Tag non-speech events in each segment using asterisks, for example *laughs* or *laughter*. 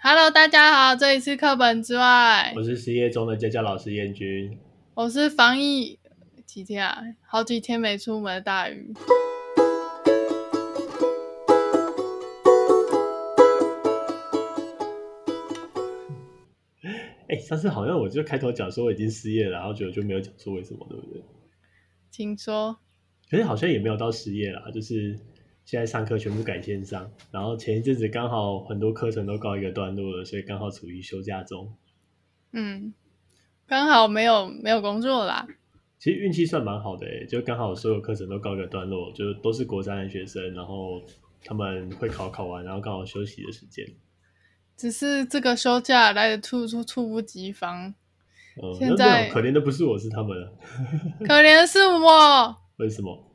Hello，大家好，这里是课本之外，我是失业中的家教老师燕君。我是防疫几天啊，好几天没出门的大鱼。哎、上次好像我就开头讲说我已经失业了，然后结果就没有讲说为什么，对不对？请说，可是好像也没有到失业啦，就是现在上课全部改线上，然后前一阵子刚好很多课程都告一个段落了，所以刚好处于休假中。嗯，刚好没有没有工作啦，其实运气算蛮好的、欸，就刚好所有课程都告一个段落，就都是国三的学生，然后他们会考考完，然后刚好休息的时间。只是这个休假来的猝猝猝不及防，嗯，现那在那种可怜的不是我，是他们了。可怜的是我，为什么？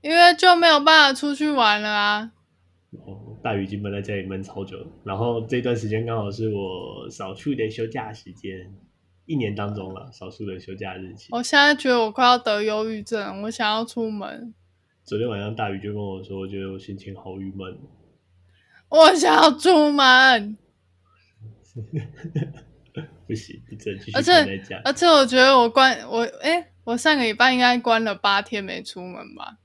因为就没有办法出去玩了啊。哦，大鱼已经闷在家里闷超久了，然后这段时间刚好是我少数的休假时间，一年当中了，少数的休假日期。我现在觉得我快要得忧郁症，我想要出门，昨天晚上大鱼就跟我说，我觉得我心情好郁闷。我想要出门，不行，你只能继续而闷且在家。而且我觉得我关我诶、我上个礼拜应该关了八天没出门吧。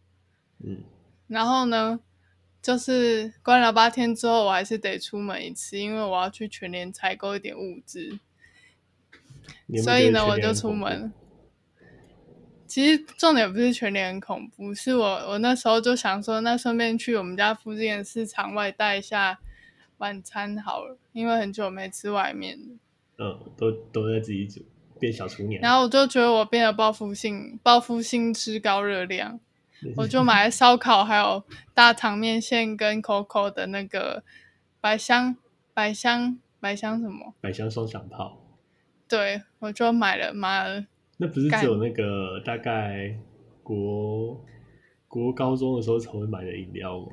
嗯，然后呢，就是关了八天之后，我还是得出门一次，因为我要去全联采购一点物资，你有没有所以觉得呢，全我联就很出恐怖门了。其实重点不是全联很恐怖，是我我那时候就想说，那顺便去我们家附近的市场外带一下晚餐好了，因为很久没吃外面了。嗯，都都在自己煮，变小厨娘。 *laughs* 然后我就觉得我变得报复性报复性吃高热量，我就买了烧烤，还有大肠面线跟 Coco 的那个百香百香百香什么？买箱双响炮，对，我就买了买了。那不是干只有那个大概国国高中的时候才会买的饮料吗？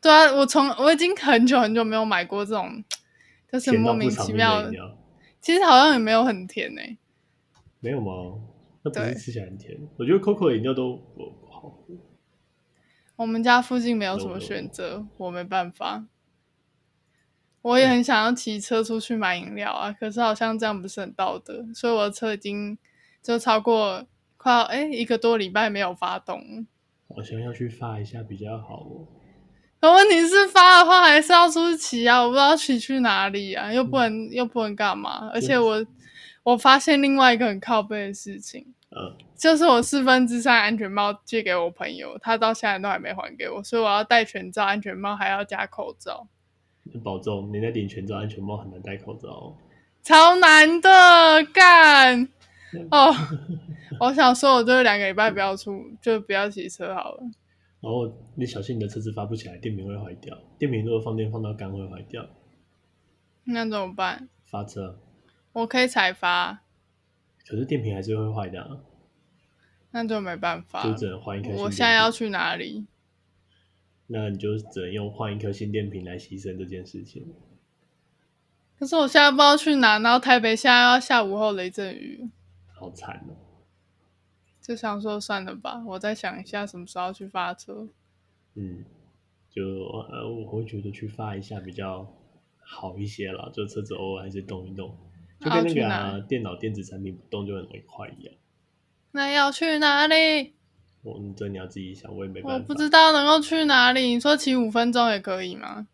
对啊，我从我已经很久很久没有买过这种，就是甜到莫不名偿其命妙的饮。料，其实好像也没有很甜欸诶、没有吗？那不对是吃起来很甜？我觉得 Coco 的饮料都我不好，我们家附近没有什么选择，我没办法。我也很想要骑车出去买饮料啊，可是好像这样不是很道德，所以我的车已经就超过快要哎、一个多礼拜没有发动了。好像要去发一下比较好哦。可问题是发的话还是要出去骑啊，我不知道骑去哪里啊，又不能、又不能干嘛，而且我我发现另外一个很靠背的事情，呃，就是我四分之三安全帽借给我朋友，他到现在都还没还给我，所以我要戴全罩、安全帽，还要加口罩。保重，你那顶全罩安全帽很难戴口罩哦。超难的，干嗯哦！我想说，我这两个礼拜不要出，就不要骑车好了。然后你小心你的车子发不起来，电瓶会坏掉。电瓶如果放电放到干会坏掉，那怎么办？发车。我可以采伐，可是电瓶还是会坏的、啊，那就没办法就了。只能换一颗新电瓶。啊我现在要，去哪里？那你就只能用换一颗新电瓶来牺牲这件事情。可是我现在不知道去哪，然后台北现在要下午后雷阵雨，好惨哦！就想说算了吧，我再想一下什么时候去发车。嗯，就呃，我会觉得去发一下比较好一些啦，就车子偶尔还是动一动，就那要跟那哦去个、哪啊、电脑电子产品不动就很容易坏一样。那要去哪里？我你这你要自己想，我也没我办法。不知道能够去哪里。你说骑五分钟也可以吗？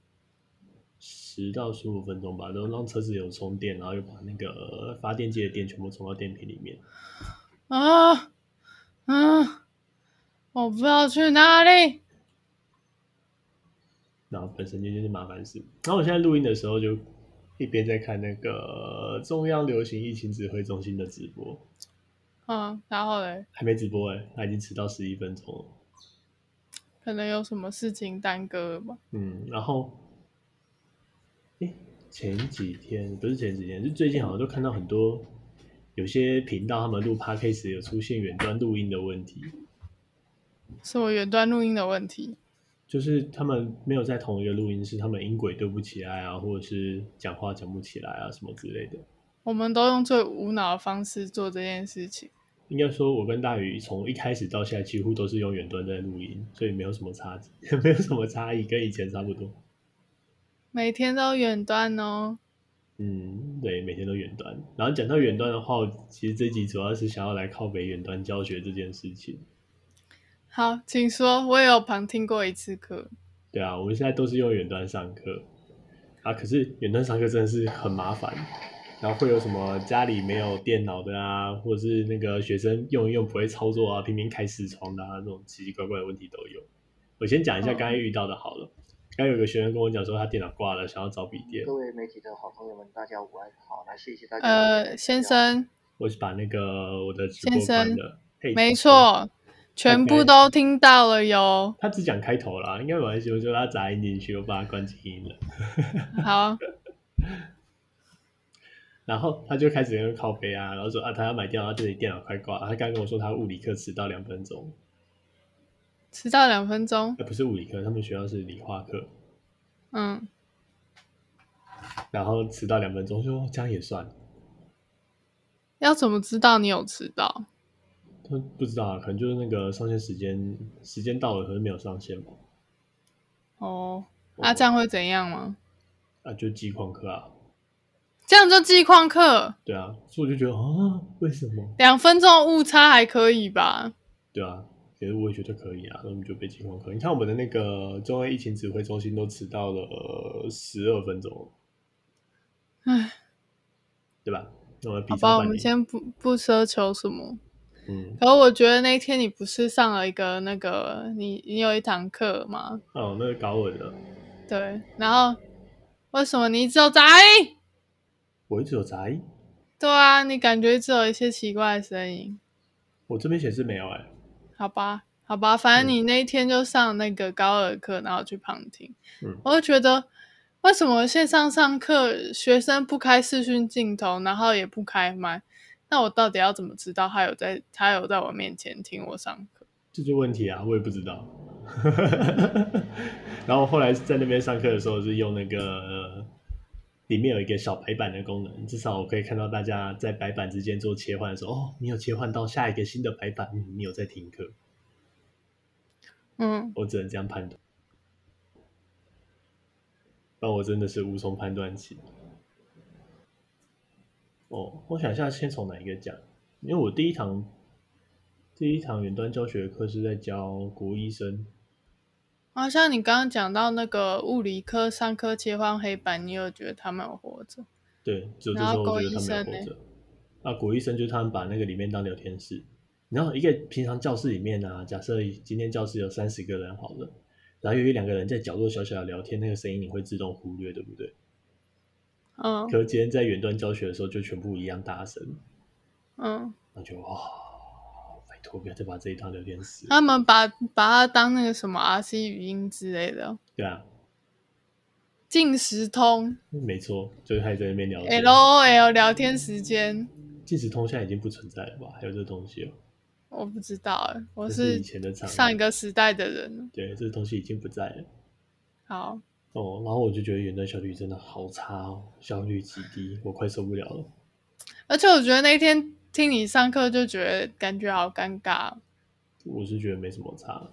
十到十五分钟吧，然后让车子有充电，然后又把那个呃发电机的电全部充到电瓶里面。啊啊！我不知道去哪里。然后本身这就是麻烦事。然后我现在录音的时候就一边在看那个中央流行疫情指挥中心的直播，嗯，然后嘞，还没直播哎、他已经迟到十一分钟了。可能有什么事情耽搁了吧？嗯，然后，诶，前几天不是前几天，是最近好像都看到很多有些频道他们录 podcast 有出现远端录音的问题，是我远端录音的问题。就是他们没有在同一个录音室，他们音轨对不起来啊，或者是讲话讲不起来啊什么之类的。我们都用最无脑的方式做这件事情。应该说，我跟大宇从一开始到现在几乎都是用远端在录音，所以没有什么差， *laughs* 没有什么差异，跟以前差不多。每天都远端哦，嗯，对，每天都远端。然后讲到远端的话，我其实这集主要是想要来靠北远端教学这件事情。好，请说。我也有旁听过一次课，对啊，我们现在都是用远端上课啊，可是远端上课真的是很麻烦。然后会有什么家里没有电脑的啊，或者是那个学生用一用不会操作啊，频频开视窗的啊，这种奇奇怪怪的问题都有。我先讲一下哦刚才遇到的好了。刚才有个学员跟我讲说他电脑挂了，想要找笔电，各位媒体的好朋友们，大家午安好，来谢谢大家。呃，先，生，我是把那个我的直先播生关了。嘿没，错，全部都听到了哟。他只讲开头啦，应该没关系，我就把它杂音进去，我把它关静音了。好，然后他就开始用靠背啊，然后说啊，他要买电脑，他这里电脑快挂啊了。他刚跟我说他物理课迟到两分钟，迟到两分钟。哎，不是物理课，他们学校是理化课，嗯，然后迟到两分钟，就这样也算。要怎么知道你有迟到？他不知道啊，可能就是那个上线时间时间到了，可是没有上线嘛，哦，啊，这样会怎样吗？啊就记旷课啊，这样就记旷课，对啊，所以我就觉得啊，为什么？两分钟误差还可以吧？对啊，其实我也觉得可以啊，那我们就被记旷课。你看我们的那个中央疫情指挥中心都迟到了十二分钟，唉，对吧？那我们比好上吧，我半们年先不不奢求什么。嗯，可我觉得那一天你不是上了一个那个你你有一堂课吗？哦，那个搞我的，对，然后为什么你只有杂音？我一直有杂音，对啊，你感觉只有一些奇怪的声音，我这边显示没有哎、好吧，好吧，反正你那一天就上那个高二课，然后去旁听，嗯我就觉得为什么线上上课学生不开视讯镜头，然后也不开麦，那我到底要怎么知道他有在他有在我面前听我上课？这就问题啊，我也不知道。 *laughs* 然后后来在那边上课的时候是用那个呃里面有一个小白板的功能，至少我可以看到大家在白板之间做切换的时候，哦，你有切换到下一个新的白板，嗯你有在听课，嗯，我只能这样判断。那我真的是无从判断起。哦，我想一下，先从哪一个讲？因为我第一堂第一堂远端教学的课是在教国医生。好像你刚刚讲到那个物理科上课切换黑板，你有觉得他们有活着？对，只有这然时后候我国觉得医他们有生活呢着。啊，国医生就是他们把那个里面当聊天室，然后一个平常教室里面啊，假设今天教室有三十个人好了，然后有一两个人在角落小小的聊天，那个声音你会自动忽略，对不对？嗯可是今天在远端教学的时候，就全部一样大声，嗯，那就哇、拜托不要再把这一趟聊天室，他们把把它当那个什么 RC 语音之类的，对啊，进时通没错，就是他也在那边聊哎天。 LOL 聊天时间，即时通现在已经不存在了吧？还有这东西哦，我不知道哎，我这是以前的产物上一个时代的人。对，这东西已经不在了。好，哦，然后我就觉得远端效率真的好差哦，效率极低，我快受不了了。而且我觉得那天听你上课就觉得感觉好尴尬，我是觉得没什么差，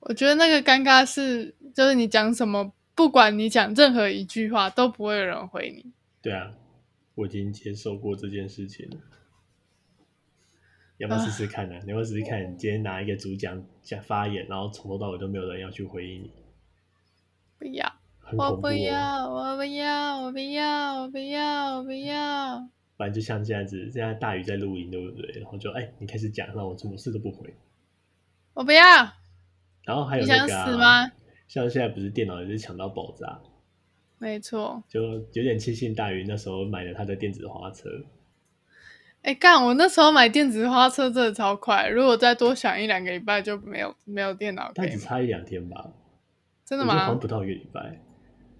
我觉得那个尴尬是就是你讲什么，不管你讲任何一句话都不会有人回你。对啊，我已经接受过这件事情了。要不要试试看呢、啊你要不要试试看？你今天拿一个主讲讲发言，然后从头到尾都没有人要去回应你，不要，很我恐怖、不哦。要，我不要，我不要，我不要，我不要。反正就像这样子，现在大宇在录音，对不对？然后就哎，你开始讲，让我什么事都不回。我不要，然后还有你那想个、啊、死吗？像现在不是电脑也是抢到爆炸，没错。就有点庆幸大宇那时候买了他的电子花车。哎，干！我那时候买电子花车真的超快，如果再多想一两个礼拜就没有没有电脑可但以只买，差一两天吧，真的我觉得好像吗不？到一个礼拜。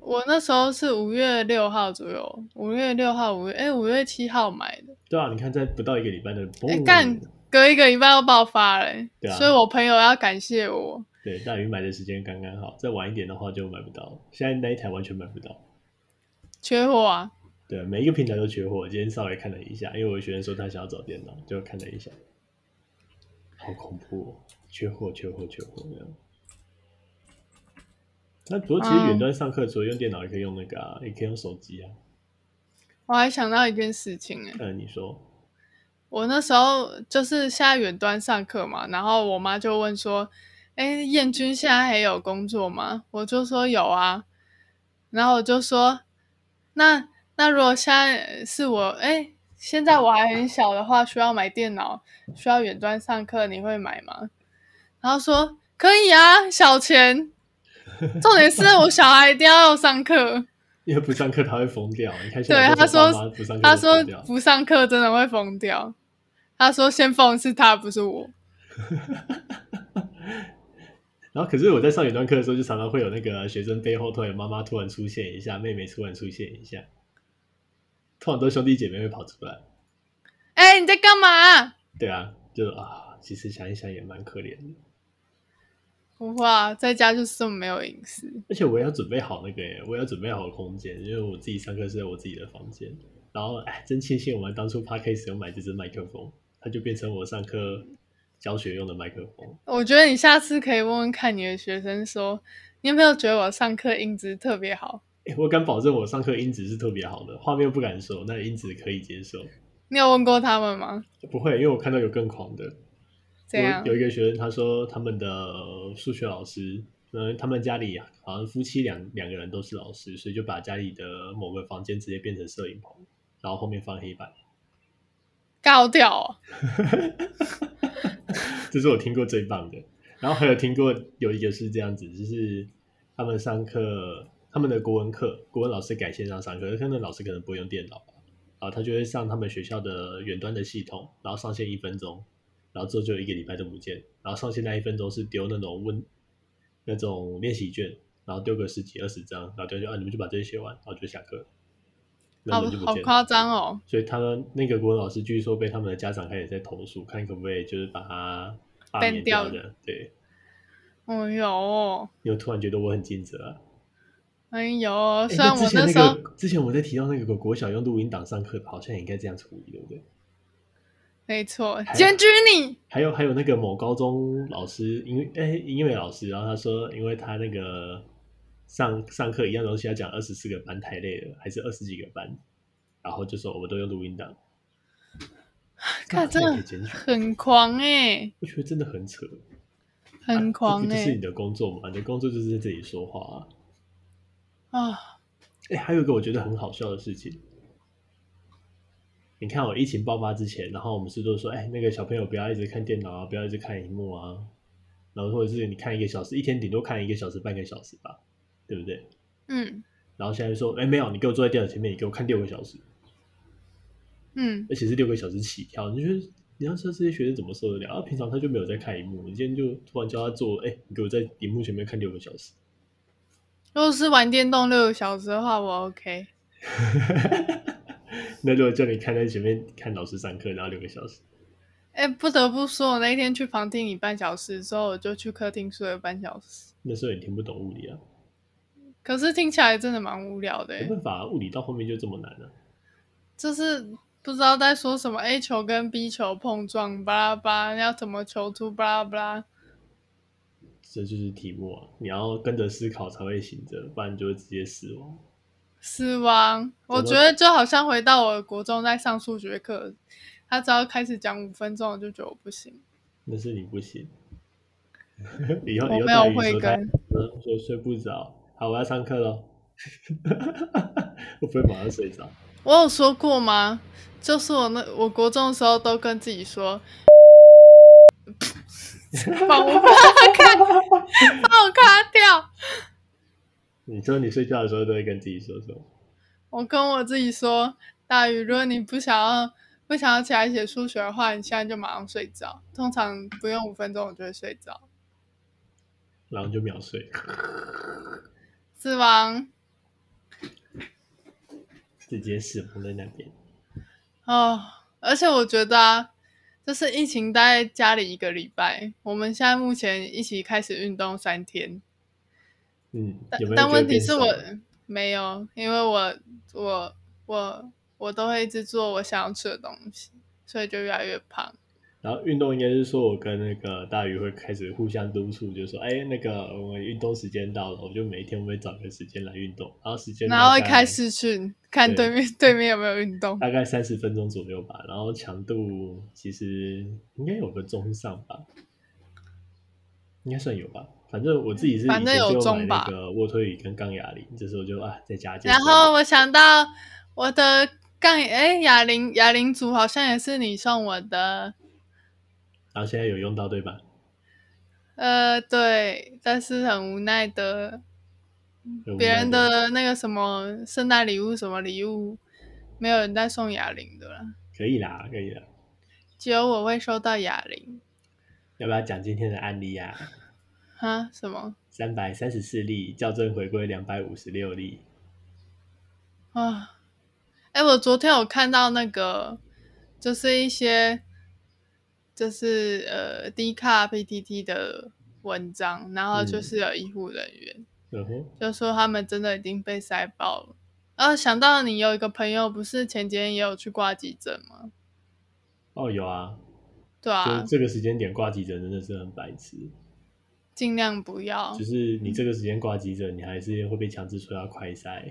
我那时候是五月六号左右，五月六号、五月哎五月七号买的，对啊，你看在不到一个礼拜的，哎嘣，干，隔一个礼拜又爆发了、诶对啊所以我朋友要感谢我。对，大鱼买的时间刚刚好，再晚一点的话就买不到。现在那一台完全买不到。缺货啊！对，每一个平台都缺货。今天稍微看了一下，因为我有学生说他想要找电脑，就看了一下，好恐怖、哦，缺货，缺货，缺货这样。那不过其实嗯远端上课，除了用电脑，也可以用那个啊，也可以用手机啊。我还想到一件事情、 *laughs* 欸，哎，嗯，你说，我那时候就是现在远端上课嘛，然后我妈就问说：“哎，燕君现在还有工作吗？”我就说有啊，然后我就说：“那那如果现在是我，哎，现在我还很小的话，需要买电脑，需要远端上课，你会买吗？”然后说：“可以啊，小钱。”重点是我小孩一定要上课。因为不上课他会疯掉。你看现对在，他很多爸说妈不上课，他说掉，不上课真的会疯掉。他说先疯的是他，不是我。然后可是我在上远端课的时候，就常常会有那个学生背后突然有妈妈突然出现一下，妹妹突然出现一下，通常都兄弟姐妹会跑出来。哎、你在干嘛？对啊，就是啊，其实想一想也蛮可怜的。不会啊，在家就是这么没有隐私。而且我也要准备好那个耶，我也要准备好空间，因为我自己上课是在我自己的房间。然后，哎，真庆幸我们当初 p a r k a s 有买这支麦克风，它就变成我上课教学用的麦克风。我觉得你下次可以问问看你的学生说，你有没有觉得我上课音质特别好？哎，我敢保证我上课音质是特别好的，画面不敢说，那音质可以接受。你有问过他们吗？不会，因为我看到有更狂的。这样我有一个学生，他说他们的数学老师，嗯，他们家里好像夫妻两两个人都是老师，所以就把家里的某个房间直接变成摄影棚，然后后面放黑板。高调、哦。 *laughs* 这是我听过最棒的。然后还有听过有一个是这样子，就是他们上课，他们的国文课，国文老师改线上上课，可能老师可能不会用电脑吧，然后他就会上他们学校的远端的系统，然后上线一分钟，然后之后就一个礼拜都不见，然后上线那一分钟是丢那种问那种练习卷，然后丢个十几二十张，然后丢就啊你们就把这些写完，然后就下课，那好人就不好见了夸张哦！所以他们那个国文老师据说被他们的家长开始在投诉，看可不可以就是把他罢 Ban 免掉的。对，哎呦哦，因为突然觉得我很尽责啊。哎呦哦，诶虽然那我之前那那时候个之前我在提到那个国小用录音档上课，好像也应该这样处理，对不对？没错，还检举你，还有还有那个某高中老师，因为哎音乐老师，然后他说，因为他那个上上课一样东西要讲二十四个班太累了，还是二十几个班，然后就说我们都用录音档，那看好像真也可以的检举，很狂哎、我觉得真的很扯。很啊狂这不哎、就是你的工作嘛？你的工作就是在这里说话、啊。啊！哎、还有一个我觉得很好笑的事情，你看我疫情爆发之前，然后我们是都说，哎、那个小朋友不要一直看电脑啊，不要一直看荧幕啊，然后或者是你看一个小时，一天顶多看一个小时、半个小时吧，对不对？嗯然后现在说，哎、没有，你给我坐在电脑前面，你给我看六个小时，嗯，而且是六个小时起跳，你觉得你要说这些学生怎么受得了？啊，平常他就没有在看荧幕，你今天就突然叫他做，哎、你给我在荧幕前面看六个小时。如果是玩电动六个小时的话，我 OK。 *laughs* 那如果叫你看在前面看老师上课，然后六个小时，哎、不得不说，我那一天去旁听你半小时之后，我就去客厅睡了半小时。那时候你听不懂物理啊，可是听起来真的蛮无聊的、没欸，办法、啊，物理到后面就这么难啊了、就是不知道在说什么 A 球跟 B 球碰撞，巴拉巴拉，要怎么求出，巴拉巴拉。这就是题目啊，你要跟着思考才会醒着，不然你就会直接死亡。死亡，我觉得就好像回到我国中在上数学课，他只要开始讲五分钟，我就觉得我不行。那是你不行。 *laughs* 以后我以没有后大宇慧说他根说说睡不着，好，我要上课喽。 *laughs* 我不会马上睡着，我有说过吗？就是我那我国中的时候都跟自己说，帮我把它卡，帮我卡掉。你说你睡觉的时候都会跟自己说什么？我跟我自己说，大宇，如果你不想要不想要起来写数学的话，你现在就马上睡着。通常不用五分钟，我就会睡着。然后就秒睡，死亡直接死亡在那边。哦，而且我觉得啊，就是疫情待在家里一个礼拜，我们现在目前一起开始运动三天，嗯，但有没有但觉得问题变是瘦我了没有，因为我我我我都会一直做我想要吃的东西，所以就越来越胖。然后运动应该是说，我跟那个大鱼会开始互相督促，就说，哎，那个我们运动时间到了，我就每一天我会找个时间来运动，然后时间然后会大概开视讯，看对面对面有没有运动。大概三十分钟左右吧，然后强度其实应该有个中上吧，应该算有吧。反正我自己是反正以前有就中买吧那个卧推椅跟杠哑铃，这时候就啊在家健然身后我想到我的杠哎哑铃哑铃组好像也是你送我的，然后现在有用到对吧？呃对，但是很无奈的，有别人卖的那个什么圣诞礼物什么礼物，没有人在送哑铃的啦，可以啦，可以啦。只有我会收到哑铃要不要讲今天的案例啊？哈什么三百三十四例校正回归两百五十六例，啊？哎，我昨天有看到那个，就是一些，就是呃低卡 PTT 的文章，然后就嗯是有医护人员、然后就说他们真的已经被塞爆了。然后想到你有一个朋友，不是前几天也有去挂急诊吗？哦有啊，对啊就，这个时间点挂急诊真的是很白痴，尽量不要。就是你这个时间挂急诊，你还是会被强制说要快筛，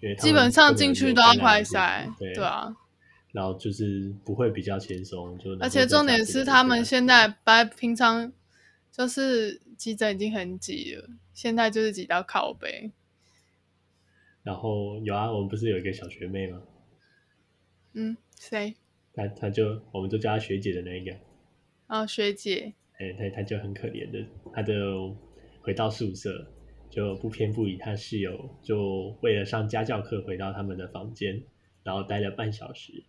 因为他们基本上进去都要根快本就没有感筛染的地方，对对，啊，然后就是不会比较轻松，就能够而且在重点家自己是在他家们自现己在把平常就是急诊已经很挤了，现在就是挤到靠背。然后有啊，我们不是有一个小学妹吗？嗯，谁？她她就我们就叫她学姐的那一个，啊、学姐，哎、她她就很可怜的，她就回到宿舍就不偏不倚，她室友就为了上家教课回到他们的房间，然后待了半小时，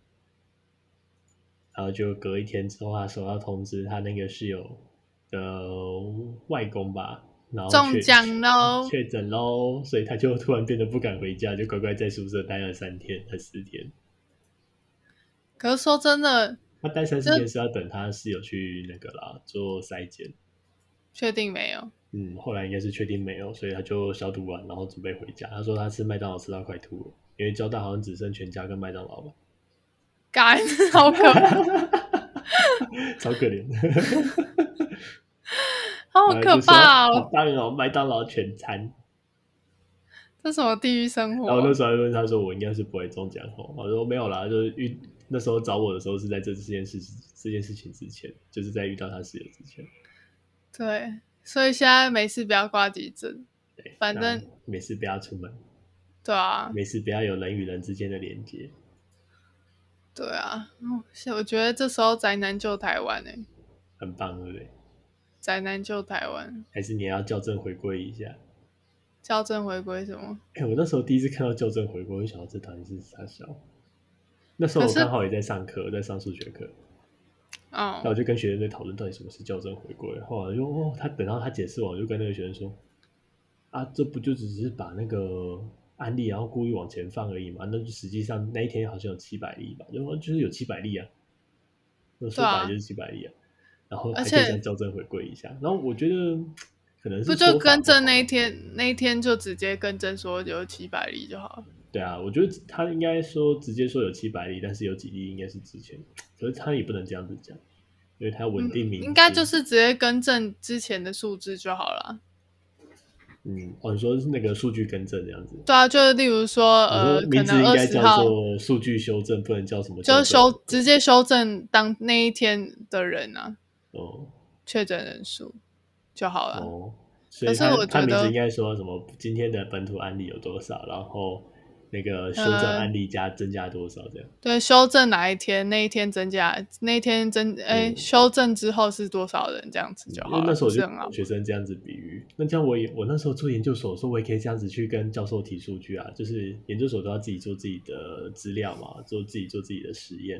然后就隔一天之后，她收到通知，她那个室友的外公吧，然后中确奖喽！确诊喽，所以他就突然变得不敢回家，就乖乖在宿舍待了三天、才四天。可是说真的，他待三四这天是要等他室友去那个啦做筛检，确定没有？嗯，后来应该是确定没有，所以他就消毒完，然后准备回家。他说他吃麦当劳吃到快吐了，因为交大好像只剩全家跟麦当劳吧， *laughs* 干，好可怕，超可怜。然好后就可说怕好哦！棒哦，麦当劳全餐。这什么地狱生活然后那时候还问他说，我应该是不会中奖哦。我说没有啦，就是遇那时候找我的时候是在这这件事这件事情之前，就是在遇到他室友之前。对，所以现在没事不要挂急诊，对，反那正没事不要出门，对啊，没事不要有人与人之间的连接。对啊。嗯我觉得这时候宅男救台湾呢、很棒，对不对？宅男救台湾，还是你也要校正回归一下？校正回归什么？哎，我那时候第一次看到校正回归，我就想到这到底是啥小？那时候可我是刚好也在上课，我在上数学课，哦那，我就跟学生在讨论到底什么是校正回归。后来我就哦，他等到他解释完，我就跟那个学生说：“啊，这不就只是把那个案例然后故意往前放而已嘛？那就实际上那一天好像有七百例吧，就说就是有七百例啊，那说对啊白就是七百例啊。然后而还可以且再校正回归一下。然后我觉得可能是不说就法啊跟好正那一天，那一天就直接跟正说有七百例就好了。对啊，我觉得他应该说直接说有七百例，但是有几例应该是之前，可是他也不能这样子讲，因为他要稳定民嗯心、应该就是直接更正之前的数字就好了。嗯，哦，你说是那个数据更正这样子，对啊，就是例如说，我呃，说可名字能应二该十叫号做数据修正，不能叫什么就正是修直接修正当那一天的人啊，哦确诊人数就好了。哦，所以啊可是他我他觉名字得应该说什么？今天的本土案例有多少？然后那个修正呃案例加增加多少这样？对，修正哪一天，那一天增加，那一天增，哎、嗯修正之后是多少人这样子就因好为了。那时候我是就很好跟。学生这样子比喻，那这样我也我那时候做研究所的时候，我也可以这样子去跟教授提数据啊，就是研究所都要自己做自己的资料嘛，做自己做自己的实验，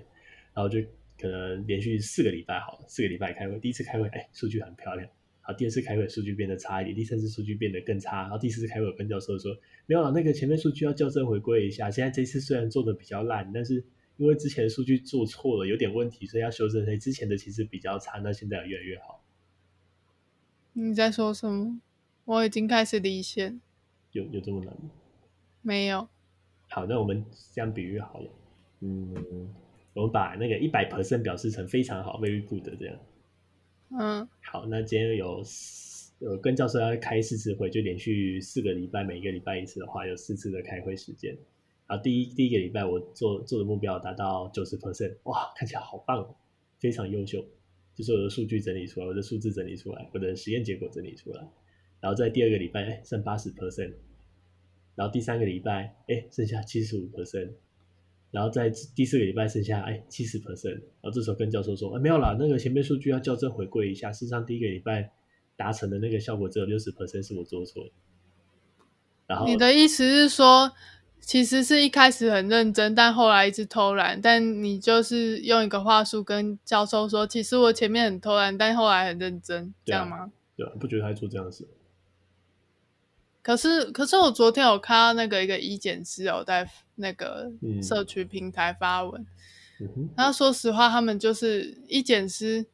然后就可能连续四个礼拜好了，四个礼拜开会，第一次开会哎数据很漂亮，好，第二次开会数据变得差一点，第三次数据变得更差，然后第四次开会我跟教授说没有啊，那个前面数据要校正回归一下，现在这次虽然做的比较烂，但是。因为之前的数据做错了，有点问题，所以要修正。所以之前的其实比较差，那现在有越来越好。你在说什么？我已经开始离线，有有这么难吗？没有。好，那我们这样比喻好了。嗯，我们把那个一百 percent 表示成非常好，very good 这样。嗯，好，那今天有四有跟教授要开四次会，就连续四个礼拜，每个礼拜一次的话，有四次的开会时间。然后第一第一个礼拜我做做的目标达到九十 percent，哇，看起来好棒哦，非常优秀。就是我的数据整理出来，我的数字整理出来，我的实验结果整理出来。然后在第二个礼拜，哎，剩八十 percent。然后第三个礼拜，哎，剩下七十五 percent。然后在第四个礼拜剩下哎七十 percent，然后这时候跟教授说，哎没有啦，那个前面数据要校正回归一下，事实上第一个礼拜达成的那个效果只有六十 percent 是我做错的。然后你的意思是说，其实是一开始很认真，但后来一直偷懒，但你就是用一个话术跟教授说，其实我前面很偷懒，但后来很认真，这对啊样吗？对吧、不觉得他在做这样的事？可是，可是我昨天有看到那个一个医检师有在那个嗯社区平台发文，嗯哼，然后说实话，他们就是医检师，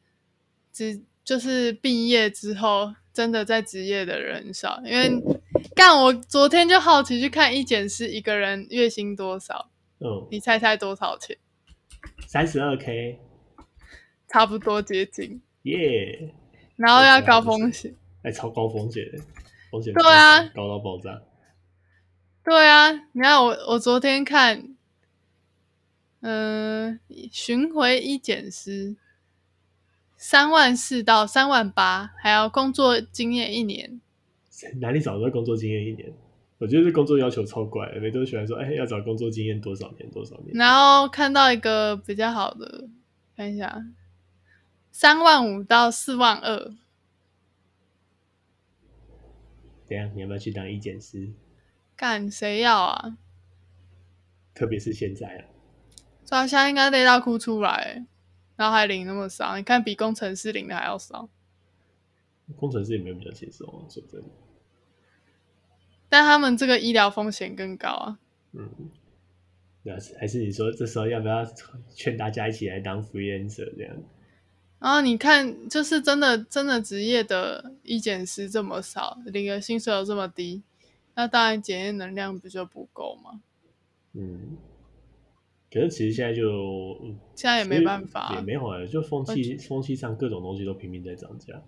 只就是毕业之后，真的在职业的人很少。因为嗯干，我昨天就好奇去看医检师一个人月薪多少，嗯，你猜猜多少钱？三十二 k，差不多接近，耶，然后我要知高道就是风险。哎超高风险的，风险对高啊高到爆炸，对啊，你看我我昨天看，嗯、巡回一检师，三万四到三万八，还要工作经验一年。哪里找到工作经验一年？我觉得这工作要求超怪的，每都喜欢说，哎，要找工作经验多少年多少年，然后看到一个比较好的，看一下，三万五到四万二，怎样？你要不要去当医检师？干谁要啊？特别是现在啊，所以他现在应该累到哭出来，然后还领那么少，你看比工程师领的还要少。工程师也没有比较轻松啊，说真的，但他们这个医疗风险更高啊！嗯，那是还是你说这时候要不要劝大家一起来当 freelancer 这样？然后你看，就是真的真的职业的医检师这么少，领的薪水又这么低，那当然检验能量不就不够吗？嗯，可是其实现在就嗯现在也没办法也啊，没有啊，就风而气风气上各种东西都拼命在涨价，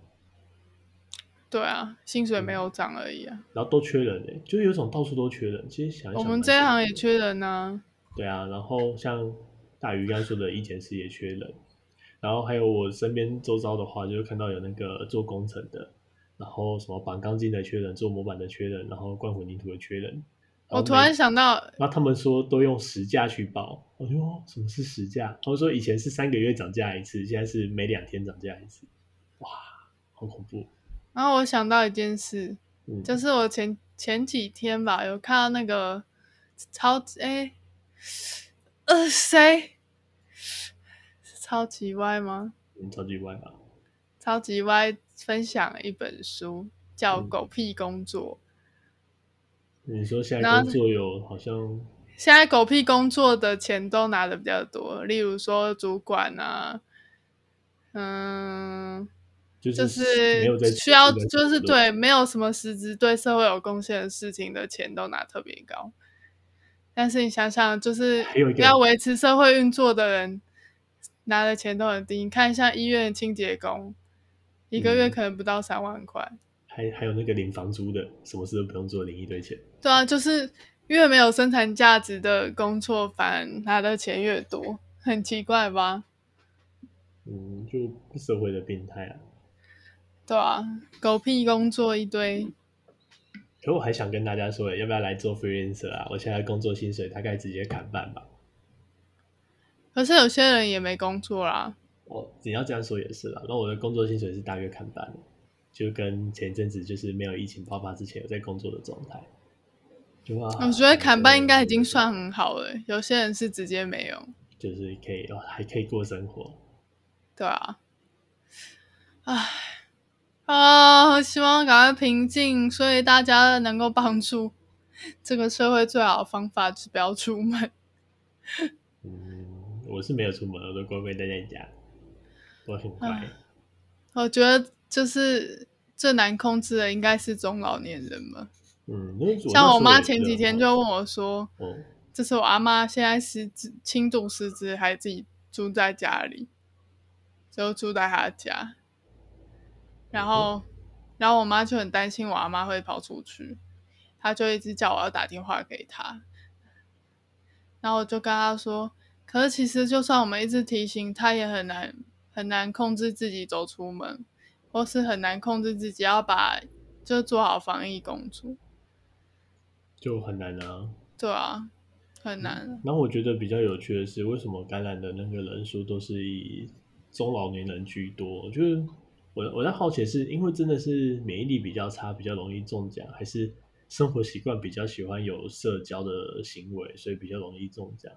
对啊，薪水没有涨而已啊。然后都缺人哎、就有种到处都缺人。其实想一想，我们这一行也缺。缺人呐、对啊，然后像大鱼刚才说的，医检师也缺人，然后还有我身边周遭的话，就是看到有那个做工程的，然后什么绑钢筋的缺人，做模板的缺人，然后灌混凝土的缺人。我突然每，想到，那他们说都用实价去报，我说哦什么是实价？他们说以前是三个月涨价一次，现在是每两天涨价一次，哇，好恐怖。然后我想到一件事，嗯，就是我前前几天吧，有看到那个超哎、呃谁超级歪吗？嗯超级歪吧？超级歪分享了一本书，叫嗯《狗屁工作》。你说现然在后工作有好像现在狗屁工作的钱都拿的比较多，例如说主管啊，嗯，就就是没有在是需要，没有在就是讨论对没有什么实质对社会有贡献的事情的钱都拿特别高。但是你想想，就是还有一个要维持社会运作的人拿的钱都很低。你看，像医院的清洁工，一个月嗯可能不到三万块。还还有那个领房租的，什么事都不用做，领一堆钱。对啊，就是越没有生产价值的工作，反而拿的钱越多，很奇怪吧？嗯，就社会的病态啊。对啊，狗屁工作一堆，可我还想跟大家说，要不要来做 freelancer 啊？我现在工作薪水大概直接砍半吧。可是有些人也没工作啦。哦，你要这样说也是啦。那我的工作薪水是大约砍半的，就跟前一阵子就是没有疫情爆发之前有在工作的状态。就啊，我觉得嗯砍半应该已经算很好了，有些人是直接没有。就是可以、哦，还可以过生活。对啊，唉，啊，希望赶快平静，所以大家能够帮助 *laughs* 这个社会最好的方法就是不要出门。嗯，我是没有出门，我都乖乖待在家，我很乖。啊我觉得就是最难控制的应该是中老年人吧。嗯，因为那时候像我也妈觉前得几天哦就问我说，哦，这是我阿妈现在失智轻度失智还自己住在家里，就住在他家。嗯然后，然后我妈就很担心我阿妈会跑出去，她就一直叫我要打电话给她。然后我就跟她说，可是其实就算我们一直提醒，她也很难很难控制自己走出门，或是很难控制自己要把就做好防疫工作。就很难啊。对啊，很难。然后我觉得比较有趣的是，为什么感染的那个人数都是以中老年人居多？就是我我在好奇，是因为真的是免疫力比较差，比较容易中奖，还是生活习惯比较喜欢有社交的行为，所以比较容易中奖？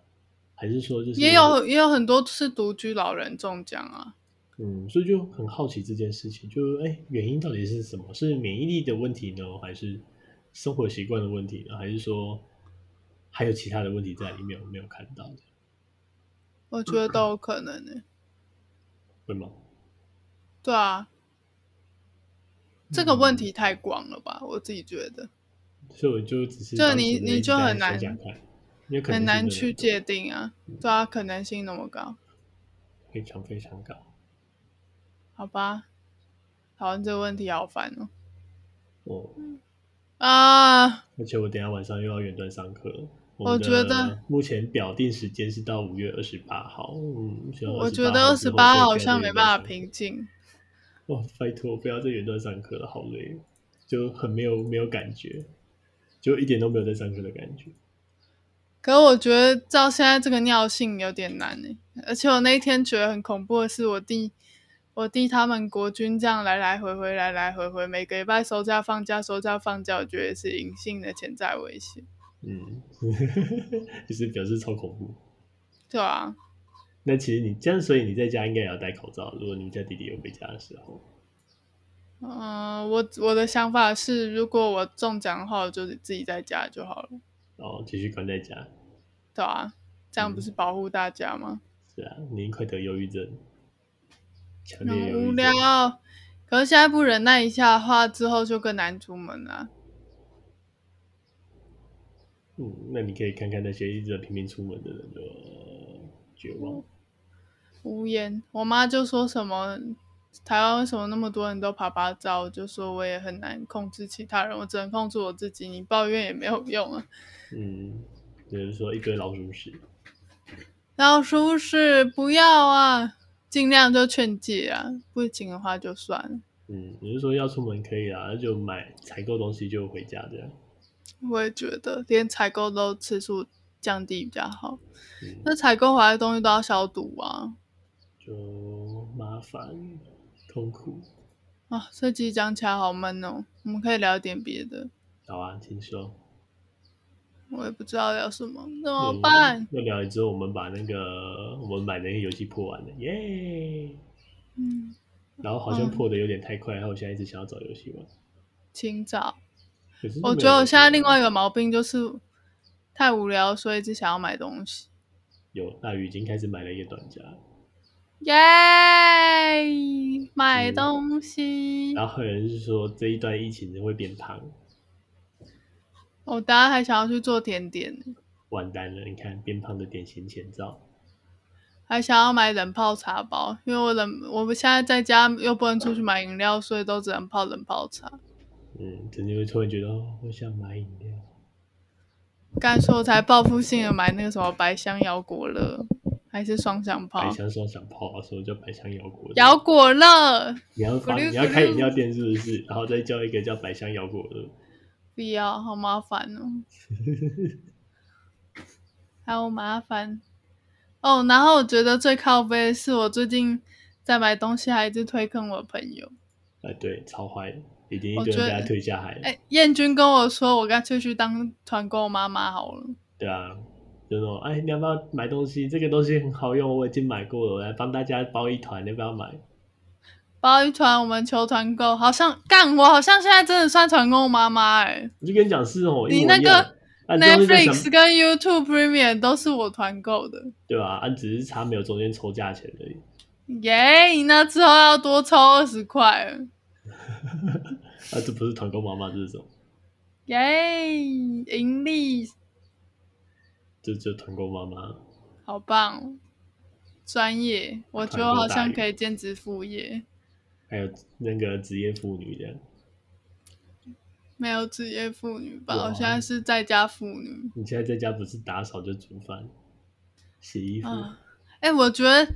还是说就是也有也有很多是独居老人中奖啊。嗯，所以就很好奇这件事情，就是哎，原因到底是什么？是免疫力的问题呢，还是生活习惯的问题呢？还是说还有其他的问题在里面我没有看到的？我觉得都有可能呢、会吗？对啊，这个问嗯题太广了吧？我自己觉得所以我就只是就当你时的你一直就在很难想想看，因为很可能性真难的去很界定啊。对啊，可能性那么高，非常非常高。好吧？讨论这个问题好烦哦哦，嗯啊！而且我等一下晚上又要远端上课了。我们的觉得目前表定时间是到五月二十八号。嗯，希望我28觉得号二之十后八不要好再像远没端办上法课。平静。哇，拜托，不要再远端上课了，好累，就很没有没有感觉，就一点都没有在上课的感觉。可我觉得照现在这个尿性有点难呢、欸而且我那一天觉得很恐怖的是，我弟我弟他们国军这样来来回回来来回回，每个礼拜收假放假收假放假，我觉得也是隐性的潜在危险。嗯， *laughs* 就是表示超恐怖。对啊，那其实你这样，所以你在家应该也要戴口罩。如果你们家弟弟有回家的时候，嗯、我我的想法是，如果我中奖的话，我就自己在家就好了。然后继续关在家，对啊，这样不是保护大家吗？是啊，你快得忧郁症，强烈很忧郁无症。聊。可是现在不忍耐一下的话，之后就更难出门啊了、嗯，那你可以看看那些一直拼命出门的人的绝望。无言。我妈就说什么台湾为什么那么多人都爬爬照，我就说我也很难控制其他人，我只能控制我自己，你抱怨也没有用啊。嗯，就是说一堆老鼠屎。老叔是不要啊，尽量就劝诫啊，不行的话就算了。嗯，你是说要出门可以啊啦，那就买采购东西就回家这样。我也觉得连采购都次数降低比较好，嗯，那采购回来的东西都要消毒啊。就麻烦痛苦。啊，这集讲起来好闷哦，我们可以聊点别的。好啊，请说。我也不知道聊什么，怎么嗯办？那聊了之后，我们把那个我们把那个游戏破完了，耶！嗯，然后好像嗯破的有点太快，然后我现在一直想要找游戏玩。清早。可是就我没觉得有我游现在戏另玩外一个毛病就是太无聊，所以一直想要买东西。有大鱼已经开始买了一个短夹，耶、买嗯东西！然后还有人是说这一段疫情会变胖，我等下还想要去做甜点呢，完蛋了！你看变胖的典型前兆。还想要买冷泡茶包，因为我冷，我们现在在家又不能出去买饮料，所以都只能泡冷泡茶。嗯，真的会突然觉得哦，我想买饮料。刚才说我才报复性的买那个什么白香摇果乐，还是双响百炮？香双响炮啊，什么叫百香摇果？摇果乐你要发咕噜你要开咕噜饮料店是不是？然后再叫一个叫百香摇果的，不要，好麻烦哦。 *laughs* 好麻烦哦。然后我觉得最靠背的是我最近在买东西，还一直推坑我朋友。哎，对，超坏的，已经一我堆觉人被他得推下海了。哎，燕君跟我说，我干脆去当团购妈妈好了。对啊，就那种哎，你要不要买东西？这个东西很好用，我已经买过了，我来帮大家包一团，你要不要买？包一团，我们求团购，好像干我好像现在真的算团购妈妈哎、我就跟你讲是哦，你一模一样那个啊你知道是在想 Netflix 跟 YouTube Premium 都是我团购的，对吧、啊？只是差没有中间抽价钱而已。耶、那之后要多抽二十块了，啊，这不是团购妈妈这种，耶、盈利这就团购妈妈。好棒、哦！专业，我觉得我好像可以兼职副业，还有那个职业妇女这样。没有职业妇女吧？哇哦我现在是在家妇女你现在在家不是打扫就煮饭、洗衣服，啊。哎、我觉得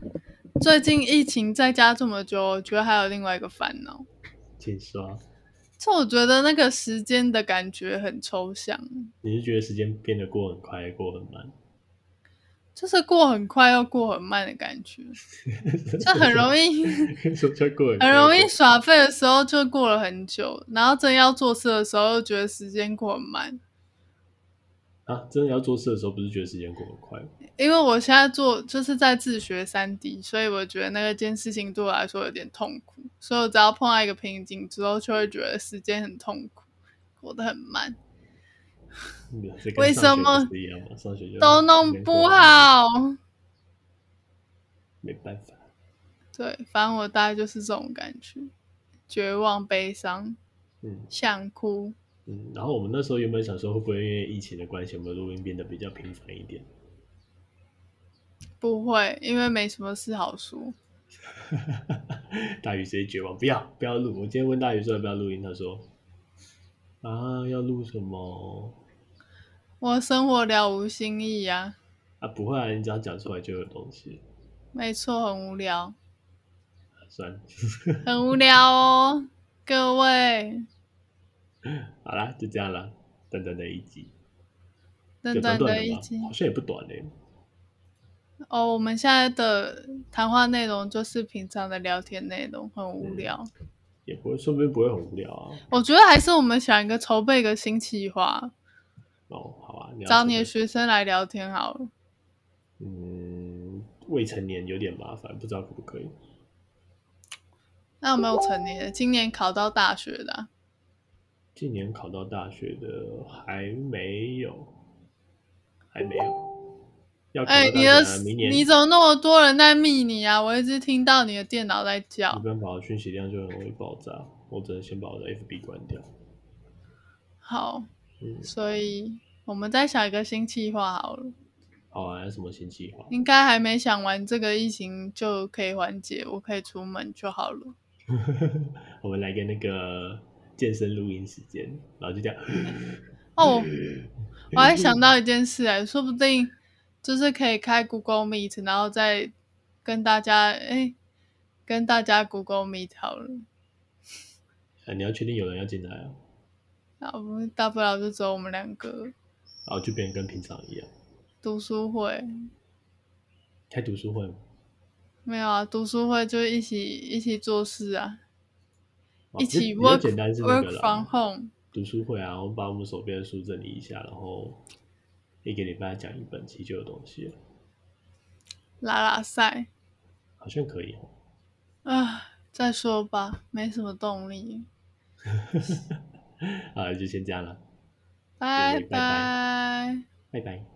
最近疫情在家这么久，我觉得还有另外一个烦恼，请刷。就我觉得那个时间的感觉很抽象，你是觉得时间变得过很快，过很慢？就是过很快又过很慢的感觉， *laughs* 就很 *laughs* 容易易，说叫过很快很容易过耍废的时候就过了很久，然后真要做事的时候又觉得时间过很慢。啊！真的要做事的时候，不是觉得时间过很快吗？因为我现在做就是在自学三 D，所以我觉得那个件事情对我来说有点痛苦，所以我只要碰到一个瓶颈之后，就会觉得时间很痛苦，过得很慢，你这跟为上什学么不是一样吗？上学就都弄不，啊好。没办法。对，反正我大概就是这种感觉，绝望、悲伤、嗯想哭。嗯，然后我们那时候原本想说，会不会因为疫情的关系，我们录音变得比较频繁一点？ *laughs* 不会，因为没什么事好说。大鱼直接绝望，不要不要录。我今天问大鱼说要不要录音，他说啊要录什么我生活了无新意啊，啊？不会啊，你只要讲出来就有东西。没错，很无聊，啊算了，很无聊哦，各位。好啦，就这样啦，短短的一集，短短短短的的一吗集好像也不短嘞、哦，我们现在的谈话内容就是平常的聊天内容，很无嗯聊。也不会，说不定不会很无聊啊。我觉得还是我们想一个筹备一个新企划，哦，好啊，你要找说你的的学生来聊天好了。嗯，未成年有点麻烦，不知道可不可以。那有没有成年的？今年考到大学的啊、今年考到大学的还没有，还没有。要考哎、到大你学的啊明年你怎么那么多人在密你啊？我一直听到你的电脑在叫没。办法，讯息量就很容易爆炸，我只能先把我的 FB 关掉。好，嗯，所以我们再想一个新计划好了。好啊，有什么新计划？ *laughs* 应该还没想完，这个疫情就可以缓解，我可以出门就好了。我们来个那个健身录音时间，然后就这样。哦，我嗯我还想到一件事哎、说不定就是可以开 Google Meet，然后再跟大家哎、跟大家 Google Meet 好了。啊，你要确定有人要进来啊，那我们大不了就只有我们两个然后哦就变得跟平常一样，读书会，开读书会吗？没有啊，读书会就一起一起做事啊，哦一比起较比较 work 简单是那个 work 啦 from home。读书会啊，我们把我们手边的书整理一下，然后一个礼拜讲一本，其实就有东西了，拉拉赛好像可以哦。啊，再说吧，没什么动力，啊，就先这样了，拜拜拜拜。拜拜。